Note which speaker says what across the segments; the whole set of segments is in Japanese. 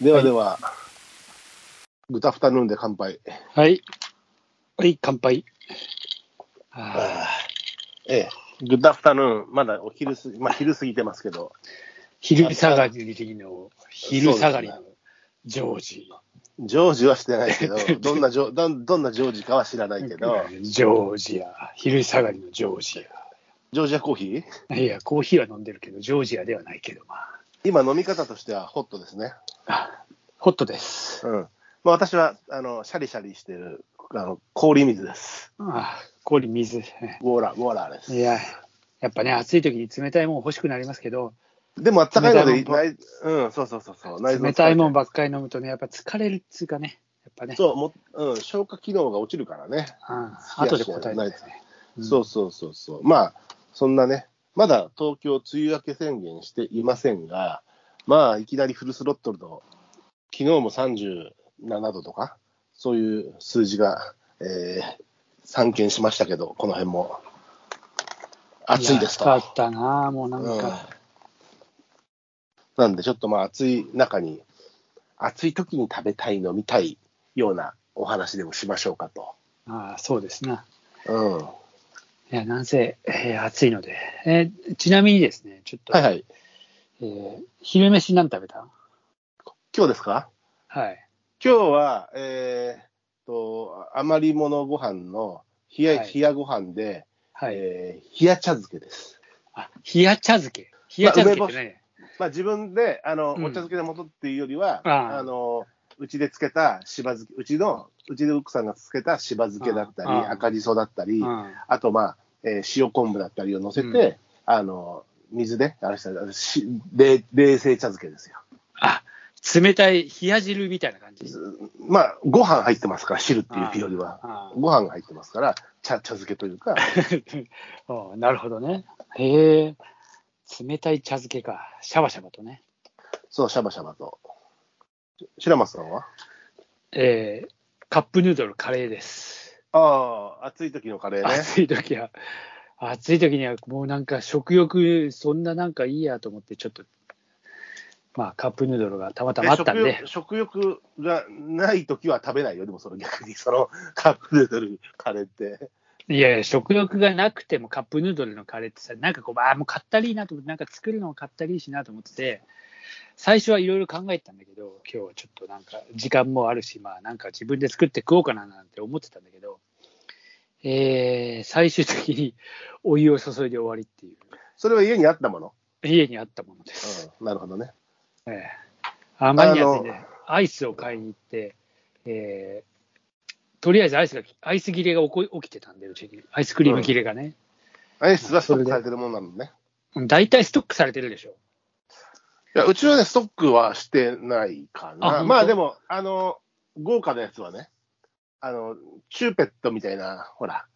Speaker 1: ではでは、グタフタヌーンで乾杯。
Speaker 2: はい。はい、乾杯。あー
Speaker 1: ええ、グタフタヌーン、まだお昼すぎ、まあ昼過ぎてますけど、
Speaker 2: 昼下がりの、昼下がりの
Speaker 1: そう
Speaker 2: ジョージ。
Speaker 1: ジョージはしてない けど、どんなジョどんどんなジョージかは知らないけど、
Speaker 2: ジョージア。昼下がりのジョージ
Speaker 1: ジョージアコーヒー
Speaker 2: ア。いや、コーヒーは飲んでるけど、ジョージアではないけど、まあ。
Speaker 1: 今飲み方としてはホットですね。
Speaker 2: あホットです。
Speaker 1: うん。まあ私は、あの、シャリシャリしてる、あの、氷水です。
Speaker 2: あ氷、水。
Speaker 1: ウォーラー、ウォーラーです。
Speaker 2: いや、やっぱね、暑い時に冷たいもん欲しくなりますけど、
Speaker 1: でもあったかいので、
Speaker 2: 冷たいもん
Speaker 1: 内うん、そうそうそうそう、内臓疲れ
Speaker 2: 冷
Speaker 1: て
Speaker 2: たいもんばっかり飲むとね、やっぱ疲れるっつうかね、やっぱね、
Speaker 1: そうも、うん、消化機能が落ちるからね。
Speaker 2: うん、後で答えてですね。うん
Speaker 1: そうそうそうそう。まあ、そんなね、まだ東京、梅雨明け宣言していませんが、まあ、いきなりフルスロットルの、昨日も37度とか、そういう数字が、えー、散見しましたけど、この辺も。暑いですと。
Speaker 2: や暑かったなあ、もうなん
Speaker 1: うん
Speaker 2: か、
Speaker 1: なんで、ちょっとまあ、暑い中に、暑い時に食べたい、飲みたいようなお話でもしましょうかと。
Speaker 2: ああそうですな。
Speaker 1: うん。はい
Speaker 2: や、なんせ、えー暑いので、えーちなみにですね、ちょっと、
Speaker 1: いはい。
Speaker 2: えー昼飯何食べた
Speaker 1: 今日ですか
Speaker 2: はい。
Speaker 1: 今日は、えー、と、余り物ご飯の冷や、
Speaker 2: はい
Speaker 1: 冷やご飯で、
Speaker 2: はい。
Speaker 1: えー冷や茶漬けです。
Speaker 2: あ、冷や茶漬け。冷や茶漬けってね、
Speaker 1: まあ自分で、あの、
Speaker 2: うん
Speaker 1: お茶漬けで戻っていうよりは、
Speaker 2: ああ
Speaker 1: あの、うちで漬けたしば漬け、うちの、うちの奥さんが漬けたしば漬けだったり、
Speaker 2: ああ
Speaker 1: 赤じそだったり、
Speaker 2: う
Speaker 1: あ
Speaker 2: ん、
Speaker 1: とまあ、えー塩昆布だったりを乗せて、
Speaker 2: うん
Speaker 1: あの、水で、あれしたし冷冷製茶漬けですよ。
Speaker 2: あ、冷たい冷や汁みたいな感じ。
Speaker 1: まあ、ご飯入ってますから、汁っていうよりは。
Speaker 2: あ
Speaker 1: ご飯が入ってますから、茶茶漬けというか、
Speaker 2: あうんなるほどね。へえ、冷たい茶漬けか。シャバシャバとね。
Speaker 1: そう、シャバシャバと。白松さんは
Speaker 2: えーカップヌードルカレーです。
Speaker 1: ああ、暑い時のカレーね。
Speaker 2: 暑い時は、暑い時にはもうなんか食欲、そんななんかいいやと思って、ちょっと、まあカップヌードルがたまたまあったんで
Speaker 1: え、食欲食欲がない時は食べないよ、でもその逆に、その カップヌードルカレーって。
Speaker 2: いやいや、食欲がなくてもカップヌードルのカレーってさ、なんかこう、ああ、もう買ったりいいなと思って、なんか作るのも買ったりいいしなと思ってて、最初はいろいろ考えてたんだけど、今日はちょっとなんか時間もあるし、まあなんか自分で作って食おうかななんて思ってたんだけど、えー、最終的にお湯を注いで終わりっていう、
Speaker 1: それは家にあったもの。
Speaker 2: 家にあったものです。
Speaker 1: うん、なるほどね。
Speaker 2: ええあまりに暑いんで
Speaker 1: あの、
Speaker 2: アイスを買いに行って、えーとりあえずアイスが、アイス切れが起こ起きてたんで、うちに。アイスクリーム切れがね。
Speaker 1: アイスはストックされてるもんなのね。
Speaker 2: 大体ストックされてるでしょ。
Speaker 1: いや、うちはね、ストックはしてないか
Speaker 2: あ
Speaker 1: な。
Speaker 2: 本当
Speaker 1: まあでも、あの、豪華なやつはね、あの、チューペットみたいな、ほら、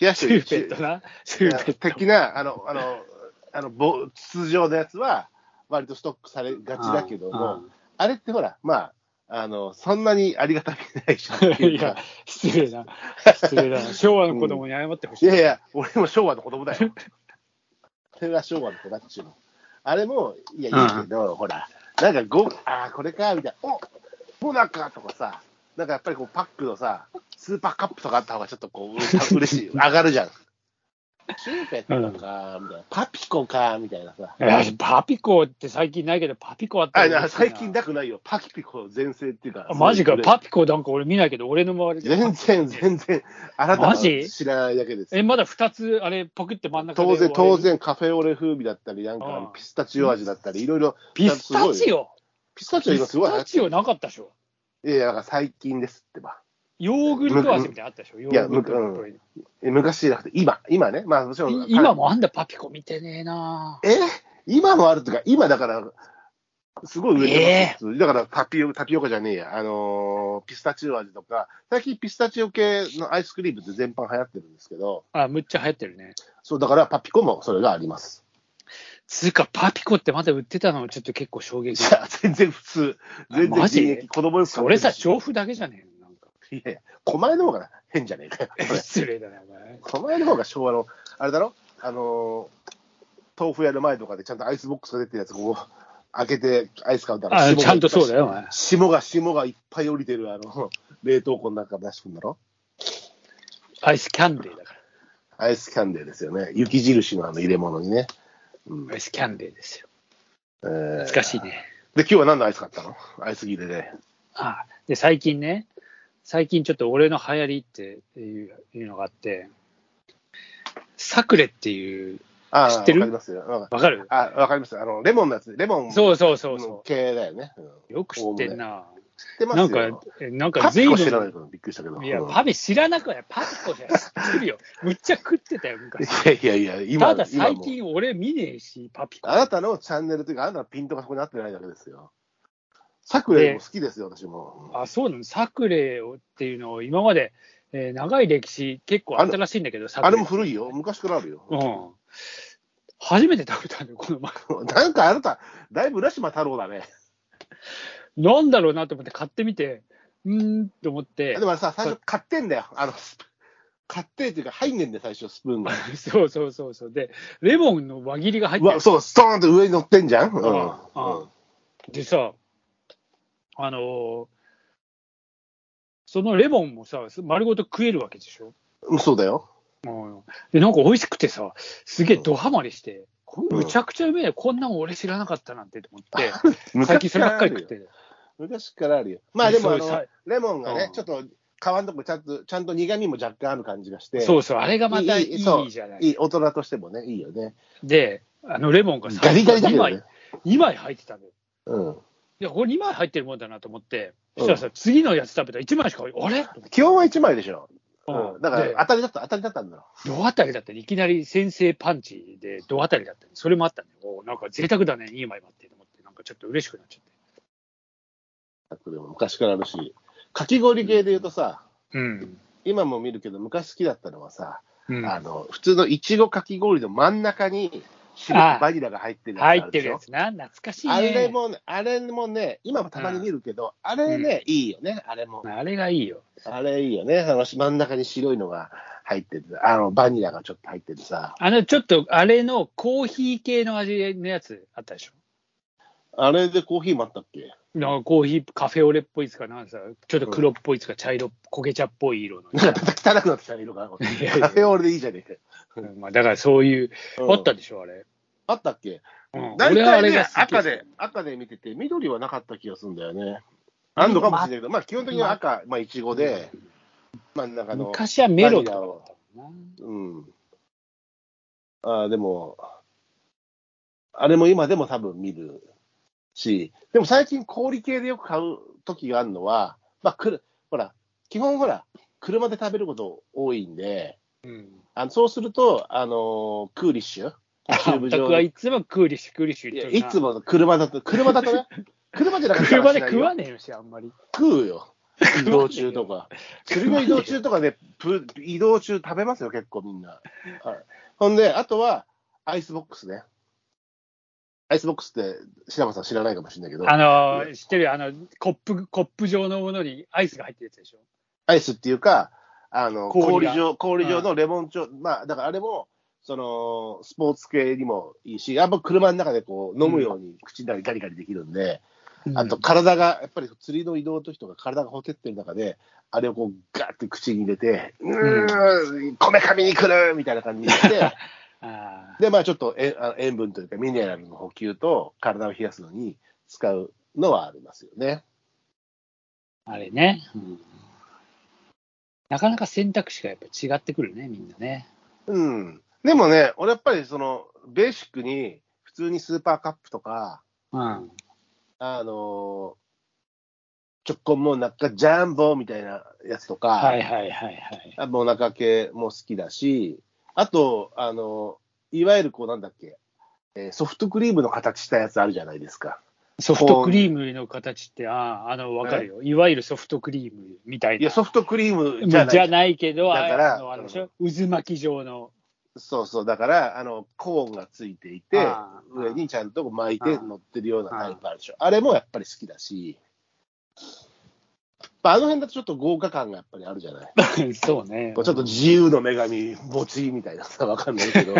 Speaker 1: 冷やし
Speaker 2: シ
Speaker 1: て
Speaker 2: ューペットな。シューペット。
Speaker 1: 的な、あの、あの、あの棒筒状のやつは、割とストックされがちだけども、あれってほら、まあ、あの、そんなにありがたみないじゃんって
Speaker 2: うん。
Speaker 1: い
Speaker 2: いう
Speaker 1: か
Speaker 2: や、失礼な。失礼な。昭和の子供に謝ってほし
Speaker 1: い
Speaker 2: い。
Speaker 1: やいや、俺も昭和の子供だよ。俺は昭和の子だっちゅうの。あれも、いや、いいけど、ほら、なんかご、ああ、これか、みたいな、おもなかとかさ、なんかやっぱりこうパックのさ、スーパーカップとかあった方がちょっとこう、嬉 しい、上がるじゃん。シューペットか、みたいな、パピコか、みたいなさ。
Speaker 2: いや。パピコって最近ないけど、パピコあった
Speaker 1: あ
Speaker 2: ら
Speaker 1: い
Speaker 2: 嬉しい
Speaker 1: や
Speaker 2: な
Speaker 1: 最近なくないよ。パキピコ全盛っていうか
Speaker 2: あ。マジか、
Speaker 1: そういう
Speaker 2: パピコなんか俺見ないけど、俺の周りで。
Speaker 1: 全然、全然、あなたは
Speaker 2: マジ
Speaker 1: 知らないだけです
Speaker 2: え、。まだ2つ、あれ、パクって真ん中で
Speaker 1: 当
Speaker 2: 終われ
Speaker 1: 然、
Speaker 2: る。
Speaker 1: 当然、カフェオレ風味だったり、なん
Speaker 2: ああ
Speaker 1: かピスタチオ味だったり、いろいろ。
Speaker 2: ピスタチ
Speaker 1: オ
Speaker 2: オ
Speaker 1: ピスタチオ
Speaker 2: ピ
Speaker 1: 今す
Speaker 2: ス
Speaker 1: ごい流行
Speaker 2: タ
Speaker 1: って
Speaker 2: チ
Speaker 1: る。
Speaker 2: オなかったでしょ。
Speaker 1: いやいや、だから最近ですってば。
Speaker 2: ヨーグルト味みたいなのあったでしょ。ヨ
Speaker 1: いや
Speaker 2: ーグルトっぽい
Speaker 1: え昔じゃなくて、今、今ね。まあ、もちろん。
Speaker 2: い今もあんだ、パピコ見てねえな
Speaker 1: え今もあるとか、今だから、すごい売れてます。だからタピオ、タピオカじゃねえや。あのーピスタチオ味とか、最近ピスタチオ系のアイスクリームって全般流行ってるんですけど、
Speaker 2: あ、むっちゃ流行ってるね。
Speaker 1: そう、だからパピコもそれがあります。
Speaker 2: つうか、パピコってまだ売ってたのちょっと結構衝撃
Speaker 1: い。や、全然普通。全然
Speaker 2: マジ
Speaker 1: 現役、子供よく買
Speaker 2: そ
Speaker 1: って
Speaker 2: れ
Speaker 1: る
Speaker 2: さ、調布だけじゃねえのなんか。
Speaker 1: いやいや、狛江の方が変じゃねえかよ。
Speaker 2: 失礼だな、お前。
Speaker 1: 狛江の方が昭和の、あれだろあのー豆腐屋の前とかでちゃんとアイスボックスが出てるやつ、ここ、開けてアイス買うんだ
Speaker 2: あちゃんとそうだ
Speaker 1: よ。
Speaker 2: よ、お前。
Speaker 1: 霜が、霜がいっぱい降りてる、あの、 冷凍庫の中出してくんだろ
Speaker 2: アイスキャンデーだか
Speaker 1: アイスキャンデーですよね。雪印のあの入れ物にね。うん
Speaker 2: ら。アイスキャンデーですよ。
Speaker 1: えー
Speaker 2: 懐かしいね。
Speaker 1: で、今日は何のアイス買ったのアイス切れで。
Speaker 2: あで、最近ね、最近ちょっと俺の流行りっていういうのがあって、サクレっていう、
Speaker 1: ああ
Speaker 2: 知ってる
Speaker 1: わかりますよ。うん
Speaker 2: わかる
Speaker 1: あ、わかります。あの、レモンのやつ、レモン
Speaker 2: そうそうそう
Speaker 1: の
Speaker 2: そ
Speaker 1: 系だよね。うん
Speaker 2: う。よく知ってんな。
Speaker 1: 知ってます
Speaker 2: な
Speaker 1: よ。
Speaker 2: んか、えなん
Speaker 1: パ
Speaker 2: か随
Speaker 1: ピコ知らない
Speaker 2: 分。
Speaker 1: からびっくりしたけど。
Speaker 2: いや、
Speaker 1: うん
Speaker 2: パピ知らなくはない。パピコじゃ知ってるよ。むっちゃ食ってたよ、昔。
Speaker 1: いやいやいや、今、
Speaker 2: ただ
Speaker 1: 今
Speaker 2: 最
Speaker 1: もう
Speaker 2: 近俺見ねえし、パピコ
Speaker 1: あ。なたのチャンネルというか、あなたのピントがそこに合ってないだけですよ。サクレも好きですよ、私も。
Speaker 2: あそうなのサクレをっていうのを今まで、えー長い歴史結構あったらしいんだけど、サクレ
Speaker 1: あれも古いよ。昔からあるよ。
Speaker 2: うん。初めて食べたんだよ、この前。
Speaker 1: なんかあなた、だいぶ浦島太郎だね。
Speaker 2: なんだろうなと思って買ってみて、うーんと思って
Speaker 1: で、もあれさ、最初買ってんだよ。あの、スプ買ってっていうか、入んねんだよ、最初、スプーンが。
Speaker 2: そうそうそうそう。で、レモンの輪切りが入っ
Speaker 1: う
Speaker 2: てる
Speaker 1: わ、そう、ストーンと上に乗ってんじゃん。うん。
Speaker 2: うん
Speaker 1: うん
Speaker 2: でさ、あのーそのレモンもさ、丸ごと食えるわけでしょ。
Speaker 1: うん。そうだよ。
Speaker 2: うん、で、なんか美味しくてさ、すげえドハマりして、こ
Speaker 1: うん
Speaker 2: むちゃくちゃうめえよ、こんなん俺知らなかったなんてと 思って、最
Speaker 1: 昔
Speaker 2: 近そ
Speaker 1: から
Speaker 2: ればっか
Speaker 1: あ
Speaker 2: り
Speaker 1: る
Speaker 2: 食っ
Speaker 1: よ
Speaker 2: てる。
Speaker 1: 昔からあるよ。まあでも、あ
Speaker 2: そうさ
Speaker 1: の、レモンが
Speaker 2: う
Speaker 1: ね
Speaker 2: ん、
Speaker 1: ちょっと、皮のとこちゃんと、ちゃんと苦味も若干ある感じがして。
Speaker 2: そうそう、あれがまたい
Speaker 1: いいいいそう
Speaker 2: いじゃない。
Speaker 1: いい大人としてもね、いいよね。
Speaker 2: で、あのレモンがさ
Speaker 1: ガリガリだけ
Speaker 2: 2
Speaker 1: ど
Speaker 2: 枚
Speaker 1: ね。
Speaker 2: 2枚入ってたのよ。
Speaker 1: うん。
Speaker 2: いや、これ2枚入ってるもんだなと思って、そしたらさ、次のやつ食べたら1枚しか入ってあれと思って
Speaker 1: 基本は1枚でしょ。うん。だか
Speaker 2: で
Speaker 1: ら、当たりだった、当たりだったんだろ。
Speaker 2: ど当たりだったね。いきなり先制パンチでど当たりだったね。それもあったね。おーなんか贅沢だね、2枚もあってと思って、なんかちょっと嬉しくなっちゃっ
Speaker 1: これも昔からあるし。かき氷系で言うとさ、
Speaker 2: て。うん。
Speaker 1: 今も見るけど、昔好きだったのはさ、
Speaker 2: うん、
Speaker 1: あの、普通のいちごかき氷の真ん中に、白
Speaker 2: ああ
Speaker 1: くバニラが入ってる
Speaker 2: 入
Speaker 1: やつある
Speaker 2: っ
Speaker 1: で
Speaker 2: て
Speaker 1: し
Speaker 2: る
Speaker 1: ょ
Speaker 2: やつな、懐かしいね。
Speaker 1: あれもね、あれもね、今もたまに見るけど、あれね、いいよね、あれも。
Speaker 2: あれがいいよ。
Speaker 1: あれいいよね、あの真ん中に白いのが入ってて、あのバニラがちょっと入っててさ、
Speaker 2: あの、ちょっと、あれのコーヒー系の味のやつあったでしょ。
Speaker 1: あれでコーヒーもあったっけ
Speaker 2: なんかコーヒー、カフェオレっぽいっすかなんかさ、ちょっと黒っぽいっすか、茶色っぽい、焦げ茶っぽい色の。
Speaker 1: なんかまた汚くなってきたね、色が。
Speaker 2: いやい
Speaker 1: カ
Speaker 2: や
Speaker 1: フェオレでいいじゃねえ
Speaker 2: うん まあ、だからそういう、
Speaker 1: かよ。
Speaker 2: あったでしょ、あれ。
Speaker 1: あったっけ
Speaker 2: うん、
Speaker 1: 大
Speaker 2: 俺はあ
Speaker 1: 体
Speaker 2: れ
Speaker 1: ね
Speaker 2: が好きす
Speaker 1: 赤で、赤で見てて、緑はなかった気がするんだよね。あんのかもしれないけど、まあ基本的には赤、まあいちごで、真ん中の。
Speaker 2: 昔はメロンとかだったもんな。
Speaker 1: うん。ああ、でも、あれも今でも多分見るし、でも最近氷系でよく買う時があるのは、まあくる、ほら、基本ほら、車で食べること多いんで、
Speaker 2: うん
Speaker 1: あのそうすると、あのークーリッシュ
Speaker 2: あ
Speaker 1: 部上
Speaker 2: んたくはいつもクーリッシュ、クーリッシュ
Speaker 1: い
Speaker 2: 言っ
Speaker 1: や
Speaker 2: てる
Speaker 1: い
Speaker 2: な。
Speaker 1: つもの車だと、車だと ね、車じゃなくて
Speaker 2: 車で食わ
Speaker 1: ね
Speaker 2: ねえよし、あんまり。
Speaker 1: 食うよ。移動中とか。釣りの移動中とかで、プ移動中食べますよ、結構みんな。はいほんで、あとは、アイスボックスね。アイスボックスって、白間さん知らないかもしれないけど、
Speaker 2: あのー、知ってるよあの、コップ、コップ状のものにアイスが入ってるやつでしょ。
Speaker 1: アイスっていうか、あの
Speaker 2: 氷
Speaker 1: 氷
Speaker 2: が
Speaker 1: 状氷状のレモン調、まあ、だからあれも、そのスポーツ系にもいいし、やっぱ車の中でこう飲むように口の中にガリガリできるんで、あと、体が、やっぱり釣りの移動の時とか、体がほてってる中で、あれをこう、ガーって口に入れて、うーん、こめかみにくるみたいな感じにして、
Speaker 2: あ
Speaker 1: で、まあちょっとえあ塩分というか、ミネラルの補給と、体を冷やすのに使うのはありますよね。
Speaker 2: ーあれね、なかなか選択肢がやっぱ違ってくるね、みんなね。
Speaker 1: うん。でもね、俺やっぱり、その、ベーシックに、普通にスーパーカップとか、
Speaker 2: うん。
Speaker 1: あのー、直根もなんかジャンボみたいなやつとか、
Speaker 2: はいはいはいはい。
Speaker 1: あもなか系も好きだし、あと、あの、いわゆるこうなんだっけ、えーソフトクリームの形したやつあるじゃないですか。
Speaker 2: ソフトクリームの形って、ああ、あの、わかるよ。いわゆるソフトクリームみたいな。
Speaker 1: いや、ソフトクリーム
Speaker 2: じ
Speaker 1: じ
Speaker 2: ゃ
Speaker 1: ゃ
Speaker 2: ない
Speaker 1: ない。
Speaker 2: けど、
Speaker 1: だから
Speaker 2: あのあれでしょ渦巻き状の。
Speaker 1: そうそう、だから、あの、コーンがついていて
Speaker 2: あ、ー
Speaker 1: 上にちゃんと巻い
Speaker 2: あ
Speaker 1: て
Speaker 2: ー
Speaker 1: 乗ってるようなタイプあるでしょ。あれもやっぱり好きだし、まあ、あの辺だとちょっと豪華感がやっぱりあるじゃない。
Speaker 2: そうね。
Speaker 1: こうちょっと自由の女神、ぼちみたいなさ、わかんないけど、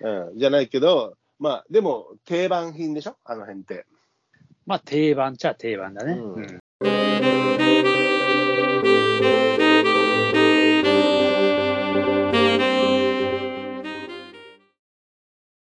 Speaker 1: うん、じゃないけど、まあ、でも、定番品でしょあの辺って。
Speaker 2: まあ定番っちゃ定番だね。
Speaker 1: うん
Speaker 2: うん